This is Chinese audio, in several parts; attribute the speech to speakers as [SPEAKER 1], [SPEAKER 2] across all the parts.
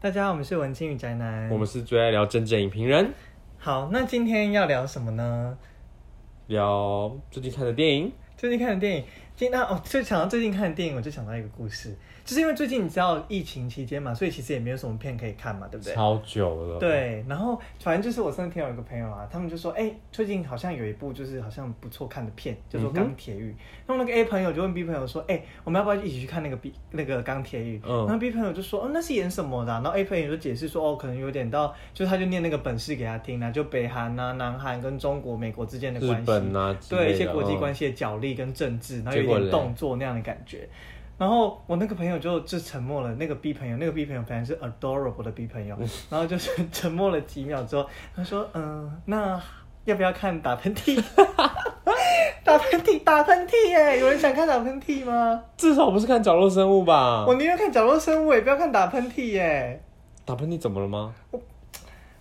[SPEAKER 1] 大家好，我们是文青与宅男。
[SPEAKER 2] 我们是最爱聊真正影评人，
[SPEAKER 1] 好，那今天要聊什么呢？
[SPEAKER 2] 聊最近看的电影。
[SPEAKER 1] 最近看的电影，今天哦，就想到最近看的电影，我就想到一个故事，就是因为最近你知道疫情期间嘛，所以其实也没有什么片可以看嘛，对不对？
[SPEAKER 2] 超久了，，
[SPEAKER 1] 对，然后反正就是我那天有一个朋友啊，他们就说，哎、最近好像有一部就是好像不错看的片，叫做《
[SPEAKER 2] 嗯哼
[SPEAKER 1] 钢铁玉》。那么那个 A 朋友就问 B 朋友说，哎、我们要不要一起去看那个 B 那个钢铁玉？
[SPEAKER 2] 嗯
[SPEAKER 1] 然后 B 朋友就说，哦，那是演什么的啊、然后 A 朋友就解释说，哦，可能有点到，就是他就念那个本事给他听啊，就北韩啊、南韩跟中国、美国之间的
[SPEAKER 2] 日
[SPEAKER 1] 关系。
[SPEAKER 2] 本啊之类的，
[SPEAKER 1] 对一些国际关
[SPEAKER 2] 系，
[SPEAKER 1] 系的角力跟政治，然后有一
[SPEAKER 2] 结果
[SPEAKER 1] 点
[SPEAKER 2] 嘞
[SPEAKER 1] 动作那样的感觉。然后我那个朋友就就沉默了，那个 B 朋友，那个 B 朋友本来是 adorable 的 B 朋 友，然后就是 沉默了几秒之后，他说：“嗯、那要不要看打喷嚏？ 打喷嚏，打喷嚏耶！有人想看打喷嚏吗？
[SPEAKER 2] 嗯至少不是看角落生物吧
[SPEAKER 1] 我？宁愿看角落生物，也不要看打喷嚏耶！
[SPEAKER 2] 打喷嚏怎么了吗？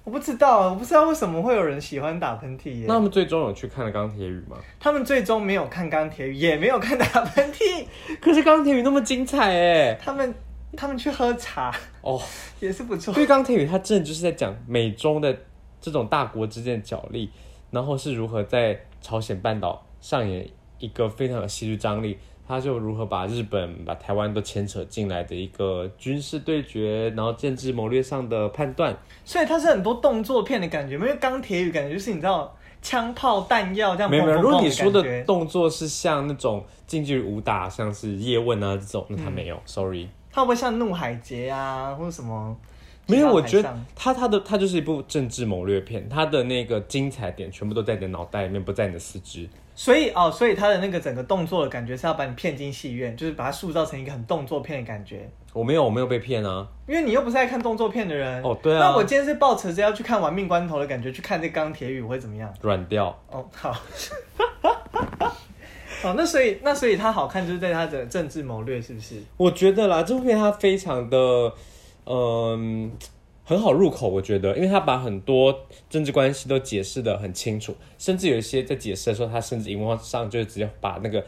[SPEAKER 1] 我不知道啊，我不知道为什么会有人喜欢打喷嚏
[SPEAKER 2] 那他
[SPEAKER 1] 耶。
[SPEAKER 2] 们最终有去看了钢铁雨吗？
[SPEAKER 1] 他们最终没有看钢铁雨，也没有看打喷嚏，
[SPEAKER 2] 可是钢铁雨那么精彩哎！
[SPEAKER 1] 他们他们去喝茶。”
[SPEAKER 2] 哦，
[SPEAKER 1] 也是不错
[SPEAKER 2] 因。为钢铁雨它真的就是在讲美中的这种大国之间的角力，然后是如何在朝鲜半岛上演一个非常有戏剧张力，它就如何把日本、把台湾都牵扯进来的一个军事对决，然后政治谋略上的判断。
[SPEAKER 1] 所以它是很多动作片的感觉，因为钢铁雨感觉就是你知道枪炮弹药这样砰砰砰
[SPEAKER 2] 没有没有，如果你说
[SPEAKER 1] 感觉
[SPEAKER 2] 的动作是像那种近距离武打，像是叶问啊这种，那他
[SPEAKER 1] 嗯
[SPEAKER 2] 没有、s o r r y
[SPEAKER 1] 它会不会像怒海劫啊，或者什么？
[SPEAKER 2] 没有，我觉
[SPEAKER 1] 海
[SPEAKER 2] 得
[SPEAKER 1] 上
[SPEAKER 2] 他他的他就是一部政治谋略片，他的那个精彩点全部都在你的脑袋里面，不在你的四肢。
[SPEAKER 1] 所以哦，所以它的那个整个动作的感觉是要把你骗进戏院，就是把它塑造成一个很动作片的感觉。
[SPEAKER 2] 我没有，我没有被骗啊！
[SPEAKER 1] 因为你又不是爱看动作片的人
[SPEAKER 2] 哦对啊
[SPEAKER 1] 那我今天是抱持着要去看《玩命关头》的感觉去看这《钢铁雨》会怎么样？
[SPEAKER 2] 软掉，
[SPEAKER 1] 哦， 好。哦，那所以那所以它好看就是在它的政治谋略是不是？
[SPEAKER 2] 我觉得啦，这部片它非常的，嗯、很好入口，我觉得，因为它把很多政治关系都解释的很清楚，甚至有一些在解释的时候，它甚至荧幕上就是直接把那个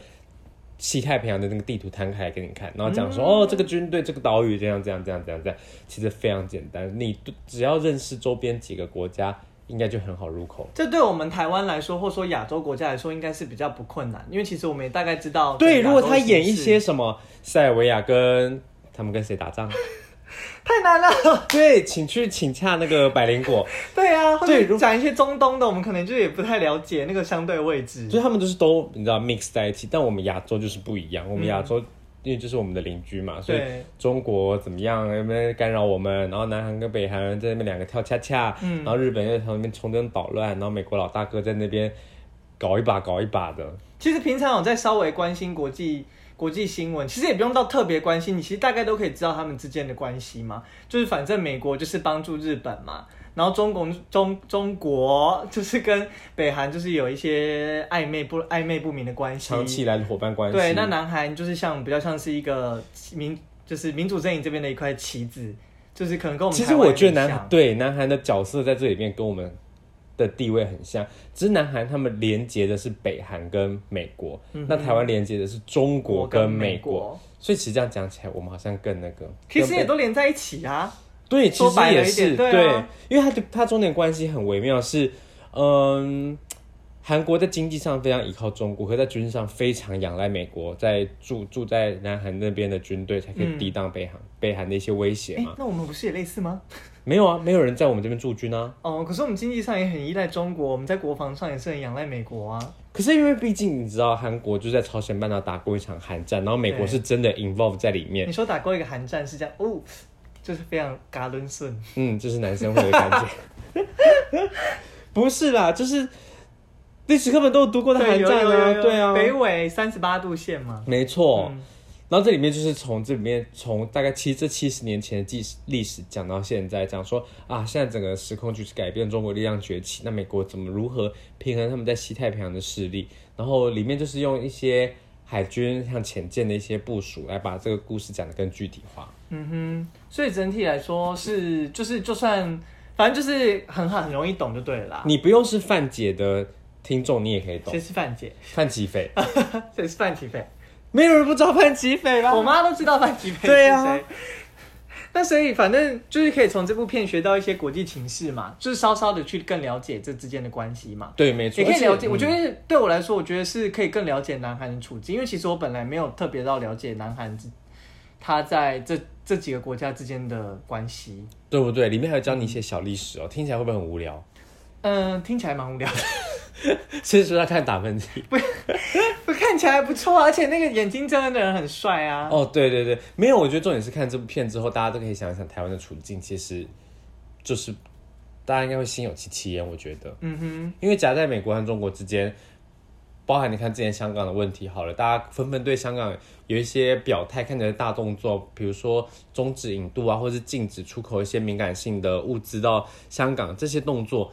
[SPEAKER 2] 西太平洋的那个地图摊开来给你看，然后讲说、哦，这个军队、这个岛屿这样这样这样这样这样，其实非常简单，你只要认识周边几个国家，应该就很好入口。
[SPEAKER 1] 这对我们台湾来说，或说亚洲国家来说，应该是比较不困难，因为其实我们也大概知道。
[SPEAKER 2] 对，
[SPEAKER 1] 亚
[SPEAKER 2] 如
[SPEAKER 1] 洲
[SPEAKER 2] 果他演一
[SPEAKER 1] 形势
[SPEAKER 2] 些什么塞尔维亚跟他们跟谁打仗？
[SPEAKER 1] 太难了，
[SPEAKER 2] 对，请去请洽那个百灵果，
[SPEAKER 1] 对啊，或
[SPEAKER 2] 对
[SPEAKER 1] 者
[SPEAKER 2] 如
[SPEAKER 1] 讲一些中东的，我们可能就也不太了解那个相对位置
[SPEAKER 2] 就。是他们就是都你知道 mix 在一起，但我们亚洲就是不一样，我们亚洲、因为就是我们的邻居嘛，所
[SPEAKER 1] 嗯
[SPEAKER 2] 以
[SPEAKER 1] 对
[SPEAKER 2] 中国怎么样有没有干扰我们，然后南韩跟北韩在那边两个跳恰恰，
[SPEAKER 1] 嗯
[SPEAKER 2] 然后日本又在旁边冲灯捣乱，然后美国老大哥在那边搞一把搞一把的，
[SPEAKER 1] 其实平常有在稍微关心国际国际新闻，其实也不用到特别关心，你其实大概都可以知道他们之间的关系嘛。就是反正美国就是帮助日本嘛，然后中国中中国就是跟北韩就是有一些暧昧不暧昧不明的关系，
[SPEAKER 2] 长期以来的伙伴关系。
[SPEAKER 1] 对，那南韩就是像比较像是一个民，就是民主阵营这边的一块棋子，就是可能跟我们
[SPEAKER 2] 其
[SPEAKER 1] 台
[SPEAKER 2] 实
[SPEAKER 1] 湾
[SPEAKER 2] 我觉得
[SPEAKER 1] 有点
[SPEAKER 2] 南
[SPEAKER 1] 像
[SPEAKER 2] 韩对南韩的角色在这里面跟我们的地位很像，只是南韩他们连接的是北韩跟美国，
[SPEAKER 1] 嗯
[SPEAKER 2] 那台湾连接的是中国跟美国，，所以其实这样讲起来，我们好像更那个。
[SPEAKER 1] 其实
[SPEAKER 2] 更
[SPEAKER 1] 也
[SPEAKER 2] 被
[SPEAKER 1] 都连在一起啊。
[SPEAKER 2] 对，其
[SPEAKER 1] 说
[SPEAKER 2] 实
[SPEAKER 1] 白了
[SPEAKER 2] 也
[SPEAKER 1] 一点
[SPEAKER 2] 是
[SPEAKER 1] 对啊
[SPEAKER 2] 因为它的它中间的关系很微妙，是嗯，韩国在经济上非常依靠中国，可在军事上非常仰赖美国，在驻驻在南韩那边的军队才可以
[SPEAKER 1] 嗯
[SPEAKER 2] 抵挡北韩、北韩的一些威胁
[SPEAKER 1] 哎
[SPEAKER 2] 嘛。，
[SPEAKER 1] 那我们不是也类似吗？
[SPEAKER 2] 没有啊，没有人在我们这边驻军啊。
[SPEAKER 1] 哦，可是我们经济上也很依赖中国，我们在国防上也是很仰赖美国啊。
[SPEAKER 2] 可是因为毕竟你知道，韩国就在朝鲜半岛打过一场韩战，然后美国
[SPEAKER 1] 对
[SPEAKER 2] 是真的 involve 在里 面
[SPEAKER 1] 你，说打过一个韩战是这样哦，就是非常嘎伦顺。
[SPEAKER 2] 嗯，这是男生会的感觉。 不是啦，就是历史课本都有读过的韩
[SPEAKER 1] 有
[SPEAKER 2] 战
[SPEAKER 1] 有有
[SPEAKER 2] 啊，
[SPEAKER 1] 有
[SPEAKER 2] 对啊，
[SPEAKER 1] 北纬三十八度线嘛。
[SPEAKER 2] 没错。
[SPEAKER 1] 嗯
[SPEAKER 2] 然后这里面就是从这里面从大概七这七十年前的历史历史讲到现在，讲说啊，现在整个时空局势改变，中国力量崛起，那美国怎么如何平衡他们在西太平洋的势力？然后里面就是用一些海军像潜舰的一些部署来把这个故事讲得更具体化。
[SPEAKER 1] 嗯哼，所以整体来说是就是就算反正就是很好很容易懂就对了啦。
[SPEAKER 2] 你不用是范姐的听众，你也可以懂
[SPEAKER 1] 谁。是范姐？
[SPEAKER 2] 范吉斐，
[SPEAKER 1] 谁是范吉飞？
[SPEAKER 2] 没有人不知道范吉斐啦。
[SPEAKER 1] 我妈都知道范吉飞是谁。
[SPEAKER 2] 对啊
[SPEAKER 1] 那所以反正就是可以从这部片学到一些国际情势嘛，就是稍稍的去更了解这之间的关系嘛。
[SPEAKER 2] 对，没错，
[SPEAKER 1] 也可以了解，
[SPEAKER 2] 而且
[SPEAKER 1] 我觉得对我来说，我觉得是可以更了解南韩的处境，因为其实我本来没有特别到了解南韩之他在这这几个国家之间的关系。
[SPEAKER 2] 对不对？里面还有教你一些小历史哦，听起来会不会很无聊？
[SPEAKER 1] 嗯，听起来蛮无聊的，
[SPEAKER 2] 其实要看打喷嚏。
[SPEAKER 1] 不 看起来还不错啊，而且那个眼睛睁的人很帅啊。
[SPEAKER 2] 哦，对对对，没有，我觉得重点是看这部片之后，大家都可以想一想台湾的处境，其实就是大家应该会心有戚戚焉。我觉得，
[SPEAKER 1] 嗯哼，
[SPEAKER 2] 因为夹在美国和中国之间，包含你看之前香港的问题，好了，大家纷纷对香港有一些表态，看起来大动作，比如说终止引渡啊，或是禁止出口一些敏感性的物资到香港，这些动作。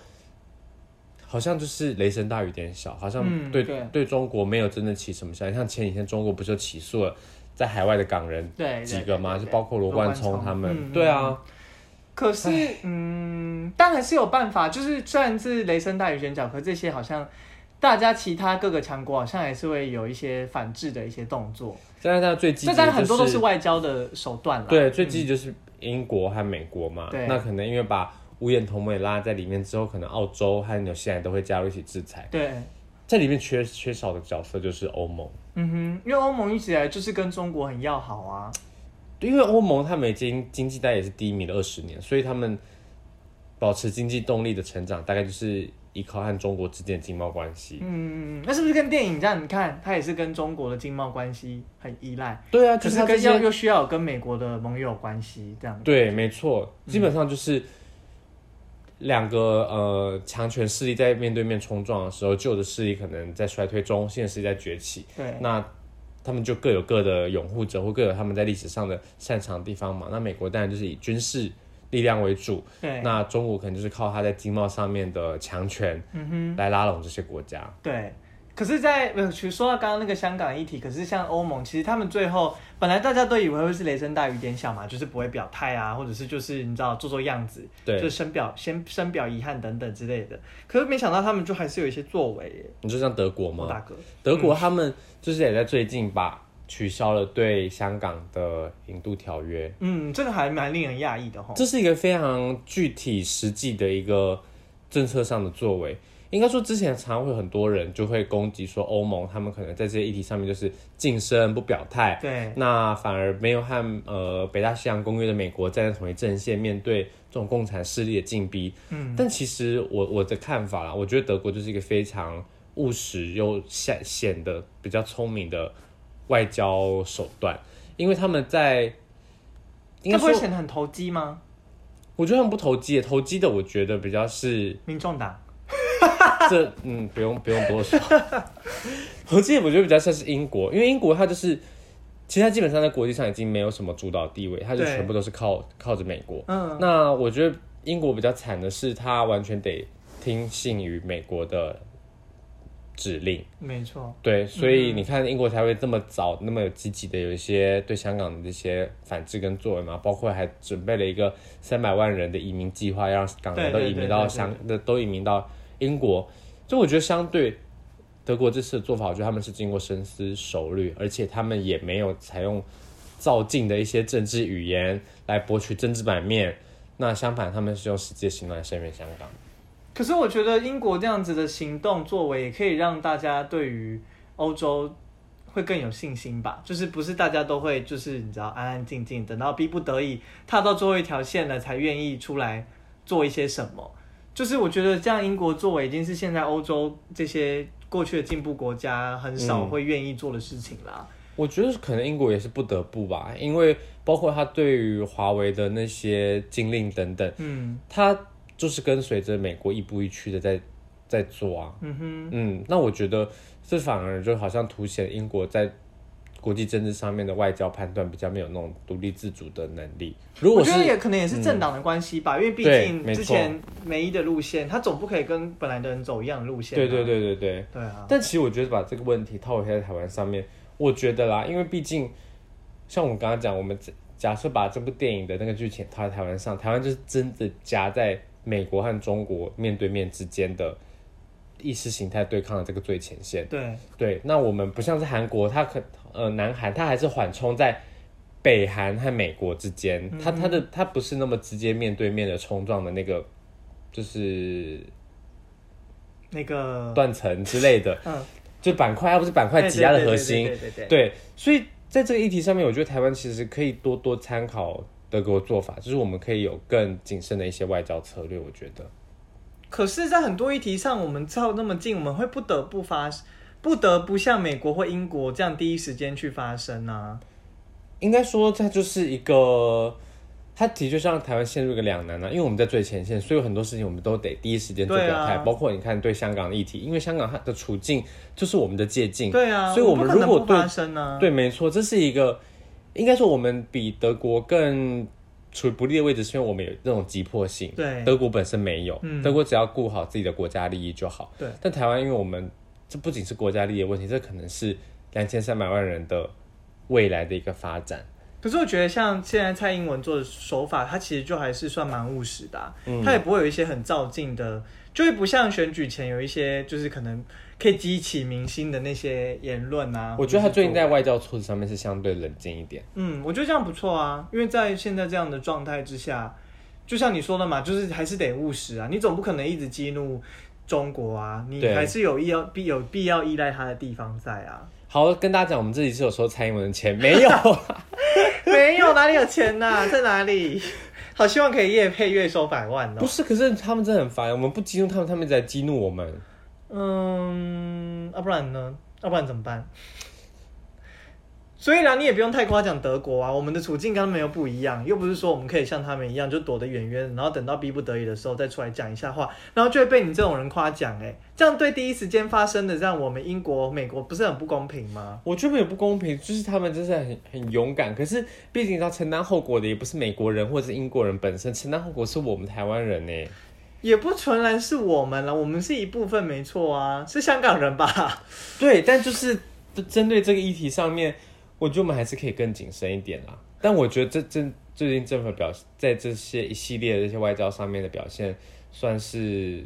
[SPEAKER 2] 好像就是雷声大雨点小，好像
[SPEAKER 1] 嗯
[SPEAKER 2] 对、
[SPEAKER 1] 对
[SPEAKER 2] 对中国没有真的起什么效应。像前几天中国不是就起诉了在海外的港人
[SPEAKER 1] 对，
[SPEAKER 2] 几
[SPEAKER 1] 对
[SPEAKER 2] 个吗？
[SPEAKER 1] 对
[SPEAKER 2] 就
[SPEAKER 1] 对
[SPEAKER 2] 包括罗
[SPEAKER 1] 罗
[SPEAKER 2] 冠
[SPEAKER 1] 冠
[SPEAKER 2] 聪
[SPEAKER 1] 聪
[SPEAKER 2] 他们。
[SPEAKER 1] 嗯
[SPEAKER 2] 对啊，
[SPEAKER 1] 可是，嗯，但还是有办法，就是虽然是雷声大雨点小，可这些好像大家其他各个强国好像还是会有一些反制的一些动作，
[SPEAKER 2] 加拿大最积极
[SPEAKER 1] 这
[SPEAKER 2] 的
[SPEAKER 1] 当
[SPEAKER 2] 就
[SPEAKER 1] 然很多都是外交的手段了。
[SPEAKER 2] 对，最积极就是英国和美国嘛。
[SPEAKER 1] 对
[SPEAKER 2] 那可能因为把五眼同盟也拉在里面之后，可能澳洲和纽西兰都会加入一起制裁。
[SPEAKER 1] 对，
[SPEAKER 2] 在里面缺缺少的角色就是欧盟，
[SPEAKER 1] 嗯哼，因为欧盟一直以来就是跟中国很要好啊，
[SPEAKER 2] 因为欧盟他们已经经济带也是低迷了二十年，所以他们保持经济动力的成长，大概就是依靠和中国之间的经贸关系。
[SPEAKER 1] 嗯，那是不是跟电影这样？你看，它也是跟中国的经贸关系很依赖，
[SPEAKER 2] 对啊，
[SPEAKER 1] 可
[SPEAKER 2] 就是他这
[SPEAKER 1] 跟
[SPEAKER 2] 些
[SPEAKER 1] 要又需要有跟美国的盟友关系这样。
[SPEAKER 2] 对，没错，
[SPEAKER 1] 嗯
[SPEAKER 2] 基本上就是两个、呃强权势力在面对面冲撞的时候，旧的势力可能在衰退中，新的势力在崛起。
[SPEAKER 1] 对，
[SPEAKER 2] 那他们就各有各的拥护者，或各有他们在历史上的擅长的地方嘛。那美国当然就是以军事力量为主，
[SPEAKER 1] 对，
[SPEAKER 2] 那中国可能就是靠它在经贸上面的强权
[SPEAKER 1] 嗯哼。
[SPEAKER 2] 来拉拢这些国家。
[SPEAKER 1] 对，可是在，呃，其实说到刚刚那个香港议题，可是像欧盟，其实他们最后本来大家都以为会是雷声大雨点小嘛，就是不会表态啊，或者是就是你知道做做样子，
[SPEAKER 2] 对
[SPEAKER 1] 就深表先深表遗憾等等之类的。可是没想到他们就还是有一些作为耶，
[SPEAKER 2] 你就像德国
[SPEAKER 1] 我
[SPEAKER 2] 嘛，
[SPEAKER 1] 大哥，
[SPEAKER 2] 德国他们就是也在最近把取消了对香港的引渡条约。
[SPEAKER 1] 嗯，这个还蛮令人讶异的吼。
[SPEAKER 2] 这是一个非常具体实际的一个政策上的作为。应该说，之前常常会有很多人就会攻击说欧盟，他们可能在这些议题上面就是晋升不表态，
[SPEAKER 1] 对，
[SPEAKER 2] 那反而没有和呃北大西洋公约的美国站在同一阵线，面对这种共产势力的进逼。
[SPEAKER 1] 嗯，
[SPEAKER 2] 但其实我我的看法啦，我觉得德国就是一个非常务实又显显得比较聪明的外交手段，因为他们在
[SPEAKER 1] 这
[SPEAKER 2] 应该
[SPEAKER 1] 不
[SPEAKER 2] 说
[SPEAKER 1] 会显得很投机吗？
[SPEAKER 2] 我觉得很不投机耶，投机的我觉得比较是
[SPEAKER 1] 民众党，
[SPEAKER 2] 这，嗯，不用不用多说。 投机的我觉得比较像是英国，因为英国它就是，其实它基本上在国际上已经没有什么主导地位，它就
[SPEAKER 1] 对
[SPEAKER 2] 全部都是靠靠着美国。
[SPEAKER 1] 嗯，
[SPEAKER 2] 那我觉得英国比较惨的是，它完全得听信于美国的指令。
[SPEAKER 1] 没错，
[SPEAKER 2] 对，所以
[SPEAKER 1] 嗯
[SPEAKER 2] 你看英国才会这么早那么有积极的有一些对香港的这些反制跟作为嘛，包括还准备了一个三百万人的移民计划，要让港人都
[SPEAKER 1] 对对
[SPEAKER 2] 移民
[SPEAKER 1] 对
[SPEAKER 2] 到
[SPEAKER 1] 对
[SPEAKER 2] 香，的都移民到英国。所以我觉得相对德国这次的做法，我觉得他们是经过深思熟虑，而且他们也没有采用造进的一些政治语言来博取政治版面。那相反，他们是用实际的行动来声援香港。
[SPEAKER 1] 可是我觉得英国这样子的行动作为，也可以让大家对于欧洲会更有信心吧。就是不是大家都会就是你知道安安静静，等到逼不得已踏到最后一条线了，才愿意出来做一些什么。就是我觉得这样英国作为已经是现在欧洲这些过去的进步国家很少会愿意做的事情啦。
[SPEAKER 2] 我觉得可能英国也是不得不吧，因为包括他对于华为的那些禁令等等，
[SPEAKER 1] 嗯
[SPEAKER 2] 他就是跟随着美国一步一趋的在在做啊。
[SPEAKER 1] 嗯哼，
[SPEAKER 2] 嗯，那我觉得这反而就好像凸显英国在国际政治上面的外交判断比较没有那种独立自主的能力。如
[SPEAKER 1] 我
[SPEAKER 2] 果
[SPEAKER 1] 觉
[SPEAKER 2] 是嗯
[SPEAKER 1] 得也可能也是政党的关系吧，因为毕
[SPEAKER 2] 对
[SPEAKER 1] 竟
[SPEAKER 2] 没
[SPEAKER 1] 之
[SPEAKER 2] 错
[SPEAKER 1] 前梅伊的路线，他总不可以跟本来的人走一样的路线、啊
[SPEAKER 2] 对对。对对对，
[SPEAKER 1] 对啊，
[SPEAKER 2] 但其实我觉得把这个问题套回在台湾上面，我觉得啦，因为毕竟像我们刚刚讲，我们假假设把这部电影的那个剧情套在台湾上，台湾就是真的夹在美国和中国面对面之间的意识形态对抗的这个最前线。
[SPEAKER 1] 对，
[SPEAKER 2] 对，那我们不像是韩国，它可呃南韩，它还是缓冲在北韩和美国之间，他他的他不是那么直接面对面的冲撞的那个，就是
[SPEAKER 1] 那个
[SPEAKER 2] 断层之类的，
[SPEAKER 1] 嗯，
[SPEAKER 2] 就板块，它不是板块挤压的核心
[SPEAKER 1] 哎对，对对对对对
[SPEAKER 2] 对，所以在这个议题上面，我觉得台湾其实可以多多参考德国做法，就是我们可以有更谨慎的一些外交策略。我觉得，
[SPEAKER 1] 可是，在很多议题上，我们靠那么近，我们会不得不发，不得不像美国或英国这样第一时间去发声啊。
[SPEAKER 2] 应该说它就是一个，它的确让台湾陷入一个两难啊，因为我们在最前线，所以有很多事情我们都得第一时间做
[SPEAKER 1] 对啊
[SPEAKER 2] 表态，包括你看对香港的议题，因为香港它的处境就是我们的借鉴，
[SPEAKER 1] 对啊，
[SPEAKER 2] 嗯所以我们
[SPEAKER 1] 不可
[SPEAKER 2] 如
[SPEAKER 1] 能
[SPEAKER 2] 果
[SPEAKER 1] 不
[SPEAKER 2] 对
[SPEAKER 1] 发声啊。
[SPEAKER 2] 对，没错，这是一个，应该说我们比德国更处于不利的位置，是因为我们有那种急迫性。
[SPEAKER 1] 对
[SPEAKER 2] 德国本身没有，
[SPEAKER 1] 嗯
[SPEAKER 2] 德国只要顾好自己的国家利益就好。
[SPEAKER 1] 对，
[SPEAKER 2] 但台湾，因为我们这不仅是国家利益的问题，这可能是两千三百万人的未来的一个发展。
[SPEAKER 1] 可是我觉得像现在蔡英文做的手法，他其实就还是算蛮务实的、啊，
[SPEAKER 2] 嗯
[SPEAKER 1] 他也不会有一些很照进的，就会不像选举前有一些就是可能可以激起民心的那些言论啊。
[SPEAKER 2] 我觉得他
[SPEAKER 1] 或者
[SPEAKER 2] 最
[SPEAKER 1] 是
[SPEAKER 2] 近在外交措辞上面是相对冷静一点。
[SPEAKER 1] 嗯，我觉得这样不错啊，因为在现在这样的状态之下，就像你说的嘛，就是还是得务实啊，你总不可能一直激怒中国啊，你
[SPEAKER 2] 对
[SPEAKER 1] 还是有必要必有必要依赖他的地方在啊。
[SPEAKER 2] 好，跟大家讲，我们这里是有收蔡英文的钱，没有。
[SPEAKER 1] 没有哪里有钱呐、在哪里？ 好希望可以月配月收百万哦
[SPEAKER 2] 不。是，可是他们真的很烦，我们不激怒他们，他们一直在激怒我们。
[SPEAKER 1] 嗯，要、不然呢？要、不然怎么办？ 所以啦，你也不用太夸奖德国啊，我们的处境跟他们又不一样，又不是说我们可以像他们一样就躲得远远，然后等到逼不得已的时候再出来讲一下话，然后就会被你这种人夸奖哎，这样对第一时间发生的让我们英国、美国不是很不公平吗？
[SPEAKER 2] 我觉得也不公平，就是他们真是很很勇敢，可是毕竟要承担后果的也不是美国人或者是英国人本身，承担后果是我们台湾人呢。
[SPEAKER 1] 也不纯然是我们了，我们是一部分没错啊，是香港人吧？
[SPEAKER 2] 对，但就是针对这个议题上面，我觉得我们还是可以更谨慎一点啦。但我觉得这这最近政府表现在这些一系列的这些外交上面的表现，算是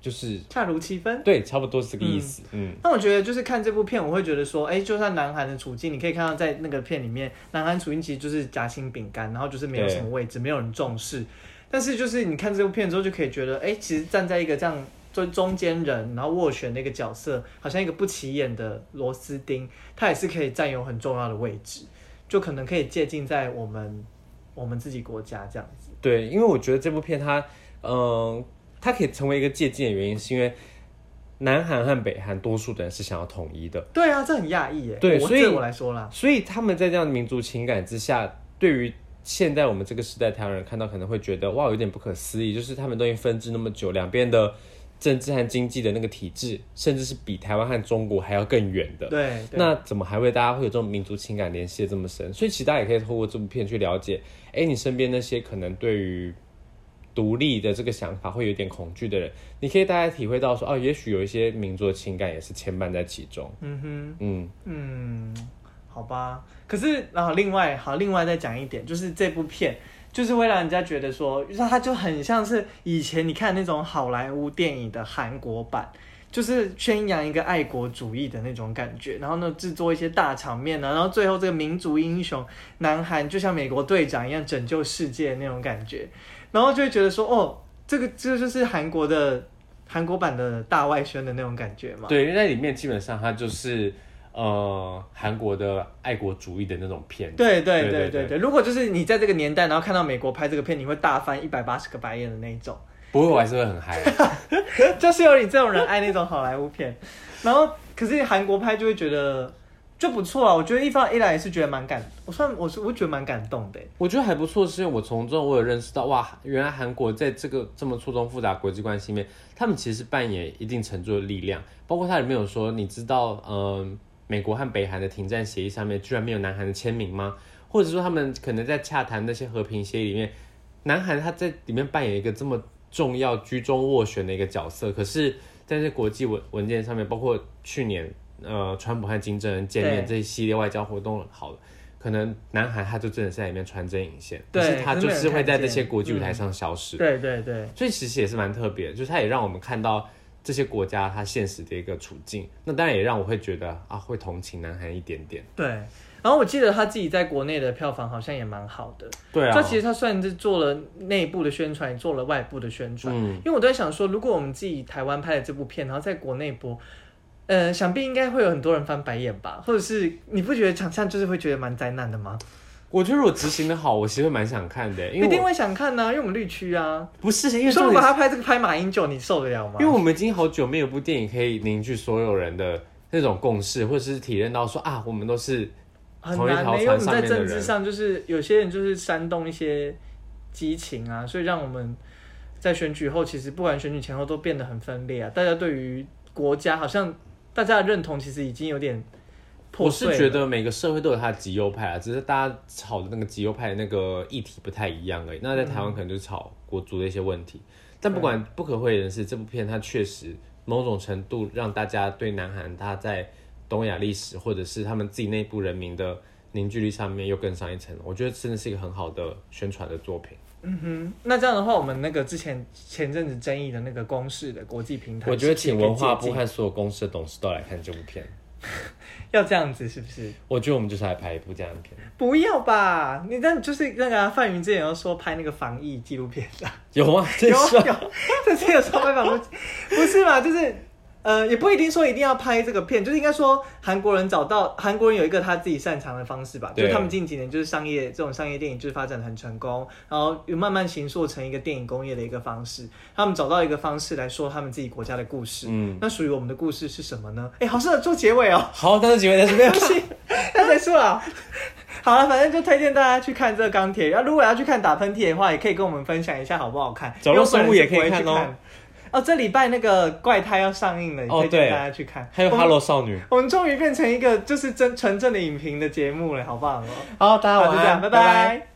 [SPEAKER 2] 就是
[SPEAKER 1] 恰如其分。
[SPEAKER 2] 对，差不多是这个意思。嗯
[SPEAKER 1] 那我觉得就是看这部片，我会觉得说，哎、就算南韩的处境，你可以看到在那个片里面，南韩处境其实就是夹心饼干，然后就是没有什么位置，没有人重视。但是就是你看这部片之后，就可以觉得，哎、其实站在一个这样中中间人，然后斡旋的一个角色，好像一个不起眼的螺丝钉，他也是可以占有很重要的位置，就可能可以借鉴在我们我们自己国家这样子。
[SPEAKER 2] 对，因为我觉得这部片它，嗯、它可以成为一个借鉴的原因，是因为南韩和北韩多数的人是想要统一的，
[SPEAKER 1] 对啊，这很讶异耶。
[SPEAKER 2] 对
[SPEAKER 1] 我
[SPEAKER 2] 所以
[SPEAKER 1] 对我来说啦，
[SPEAKER 2] 所以他们在这样的民族情感之下，对于现在我们这个时代台湾人看到，可能会觉得哇，有点不可思议，就是他们都已经分治那么久，两边的政治和经济的那个体制，甚至是比台湾和中国还要更远的。
[SPEAKER 1] 对，对
[SPEAKER 2] 那怎么还会大家会有这种民族情感联系的这么深？所以其实大家也可以透过这部片去了解，哎，你身边那些可能对于独立的这个想法会有点恐惧的人，你可以大家体会到说，哦，也许有一些民族的情感也是牵绊在其中。
[SPEAKER 1] 嗯哼。
[SPEAKER 2] 嗯，
[SPEAKER 1] 嗯，好吧。可是，然后另外，好，另外再讲一点，就是这部片，就是会让人家觉得说，让它就很像是以前你看那种好莱坞电影的韩国版，就是宣扬一个爱国主义的那种感觉，然后呢，制作一些大场面呢、然后最后这个民族英雄南韩就像美国队长一样拯救世界的那种感觉，然后就会觉得说，哦，这个这就是韩国的韩国版的大外宣的那种感觉嘛。
[SPEAKER 2] 对，因为在里面基本上它就是呃韩国的爱国主义的那种片子。
[SPEAKER 1] 对对
[SPEAKER 2] 对对
[SPEAKER 1] 对对对，如果就是你在这个年代，然后看到美国拍这个片，你会大翻一百八十个白眼的那一种，
[SPEAKER 2] 不会，我还是会很嗨。
[SPEAKER 1] 就是有你这种人爱那种好莱坞片，然后可是韩国拍就会觉得就不错啊，我觉得一方一来也是觉得蛮感，我算我是我觉得蛮感动的欸，
[SPEAKER 2] 我觉得还不错，是因为我从中我有认识到，哇，原来韩国在这个这么错综复杂的国际关系里面，他们其实扮演一定程度的力量。包括它里面有说，你知道，嗯、美国和北韩的停战协议上面居然没有南韩的签名吗？或者说他们可能在洽谈那些和平协议里面，南韩他在里面扮演一个这么重要居中斡旋的一个角色，可是在这国际文文件上面，包括去年呃川普和金正恩见面这一系列外交活动，好了，可能南韩他就真的是在里面穿针引线，
[SPEAKER 1] 对
[SPEAKER 2] 可是他就是会在这些国际舞
[SPEAKER 1] 真的
[SPEAKER 2] 台
[SPEAKER 1] 很
[SPEAKER 2] 上消失，
[SPEAKER 1] 对对对，
[SPEAKER 2] 所以其实也是蛮特别的，就是他也让我们看到。这些国家它现实的一个处境，那当然也让我会觉得啊，会同情南韩一点点。
[SPEAKER 1] 对，然后我记得他自己在国内的票房好像也蛮好的，
[SPEAKER 2] 对啊，
[SPEAKER 1] 这其实他算是做了内部的宣传，也做了外部的宣传。
[SPEAKER 2] 嗯，
[SPEAKER 1] 因为我都在想说，如果我们自己台湾拍的这部片，然后在国内播，呃，想必应该会有很多人翻白眼吧？或者是你不觉得想象就是会觉得蛮灾难的吗？
[SPEAKER 2] 我觉得如果执行的好，我其实蛮想看的，因
[SPEAKER 1] 一
[SPEAKER 2] 为
[SPEAKER 1] 定
[SPEAKER 2] 我
[SPEAKER 1] 会想看呢、因为我们绿区啊。
[SPEAKER 2] 不是因
[SPEAKER 1] 你
[SPEAKER 2] 为
[SPEAKER 1] 说
[SPEAKER 2] 重
[SPEAKER 1] 如果
[SPEAKER 2] 点是，
[SPEAKER 1] 他拍这个拍马英九，你受得了吗？
[SPEAKER 2] 因为我们已经好久没有一部电影可以凝聚所有人的那种共识，或者是体验到说啊，我们都是
[SPEAKER 1] 很
[SPEAKER 2] 同一
[SPEAKER 1] 难
[SPEAKER 2] 条
[SPEAKER 1] 呢，因为我们
[SPEAKER 2] 船上
[SPEAKER 1] 在
[SPEAKER 2] 面的
[SPEAKER 1] 政治
[SPEAKER 2] 人
[SPEAKER 1] 上就是有些人就是煽动一些激情啊，所以让我们在选举后，其实不管选举前后都变得很分裂啊。大家对于国家好像大家的认同其实已经有点破
[SPEAKER 2] 我
[SPEAKER 1] 碎了。
[SPEAKER 2] 是觉得每个社会都有它的极右派啊，只是大家吵的那个极右派的那个议题不太一样而已。那在台湾可能就是吵国族的一些问题，但不管不可讳言的是，这部片它确实某种程度让大家对南韩它在东亚历史或者是他们自己内部人民的凝聚力上面又更上一层。我觉得真的是一个很好的宣传的作品。
[SPEAKER 1] 嗯哼，那这样的话，我们那个之前前阵子争议的那个公示的国际平台，
[SPEAKER 2] 我觉得
[SPEAKER 1] 是不
[SPEAKER 2] 请
[SPEAKER 1] 是也可以
[SPEAKER 2] 文化
[SPEAKER 1] 借
[SPEAKER 2] 部
[SPEAKER 1] 鉴
[SPEAKER 2] 和所有公司的董事都来看这部片。
[SPEAKER 1] 要这样子是不是？
[SPEAKER 2] 我觉得我们就是来拍一部这样的片，
[SPEAKER 1] 不要吧，你那就是那个、啊、范云之前有说拍那个防疫纪录片的，
[SPEAKER 2] 有啊，这
[SPEAKER 1] 有啊
[SPEAKER 2] 是啊
[SPEAKER 1] 有， 这是有时候拍防疫，不是嘛？就是呃，也不一定说一定要拍这个片，就是应该说韩国人找到韩国人有一个他自己擅长的方式吧，就
[SPEAKER 2] 对
[SPEAKER 1] 是他们近几年就是商业这种商业电影就是发展的很成功，然后又慢慢形塑成一个电影工业的一个方式，他们找到一个方式来说他们自己国家的故事。
[SPEAKER 2] 嗯，
[SPEAKER 1] 那属于我们的故事是什么呢？哎，好适合做结尾哦。
[SPEAKER 2] 好，但是请问在这边
[SPEAKER 1] 不。行， 那结束了。啊好了，反正就推荐大家去看这个钢铁。要如果要去看打喷嚏的话，也可以跟我们分享一下好不好看。
[SPEAKER 2] 角落生物也可以
[SPEAKER 1] 因为我本人
[SPEAKER 2] 看
[SPEAKER 1] 是
[SPEAKER 2] 哦
[SPEAKER 1] 不会去看。哦，这礼拜那个怪胎要上映了，也
[SPEAKER 2] 哦
[SPEAKER 1] 推荐
[SPEAKER 2] 对
[SPEAKER 1] 大家去看。
[SPEAKER 2] 还有
[SPEAKER 1] 我们
[SPEAKER 2] Hello 少女。
[SPEAKER 1] 我们终于变成一个就是真纯正的影评的节目了，好棒哦！
[SPEAKER 2] 好，大家
[SPEAKER 1] 好，
[SPEAKER 2] 晚
[SPEAKER 1] 就
[SPEAKER 2] 安，
[SPEAKER 1] 这样，拜
[SPEAKER 2] 拜
[SPEAKER 1] 拜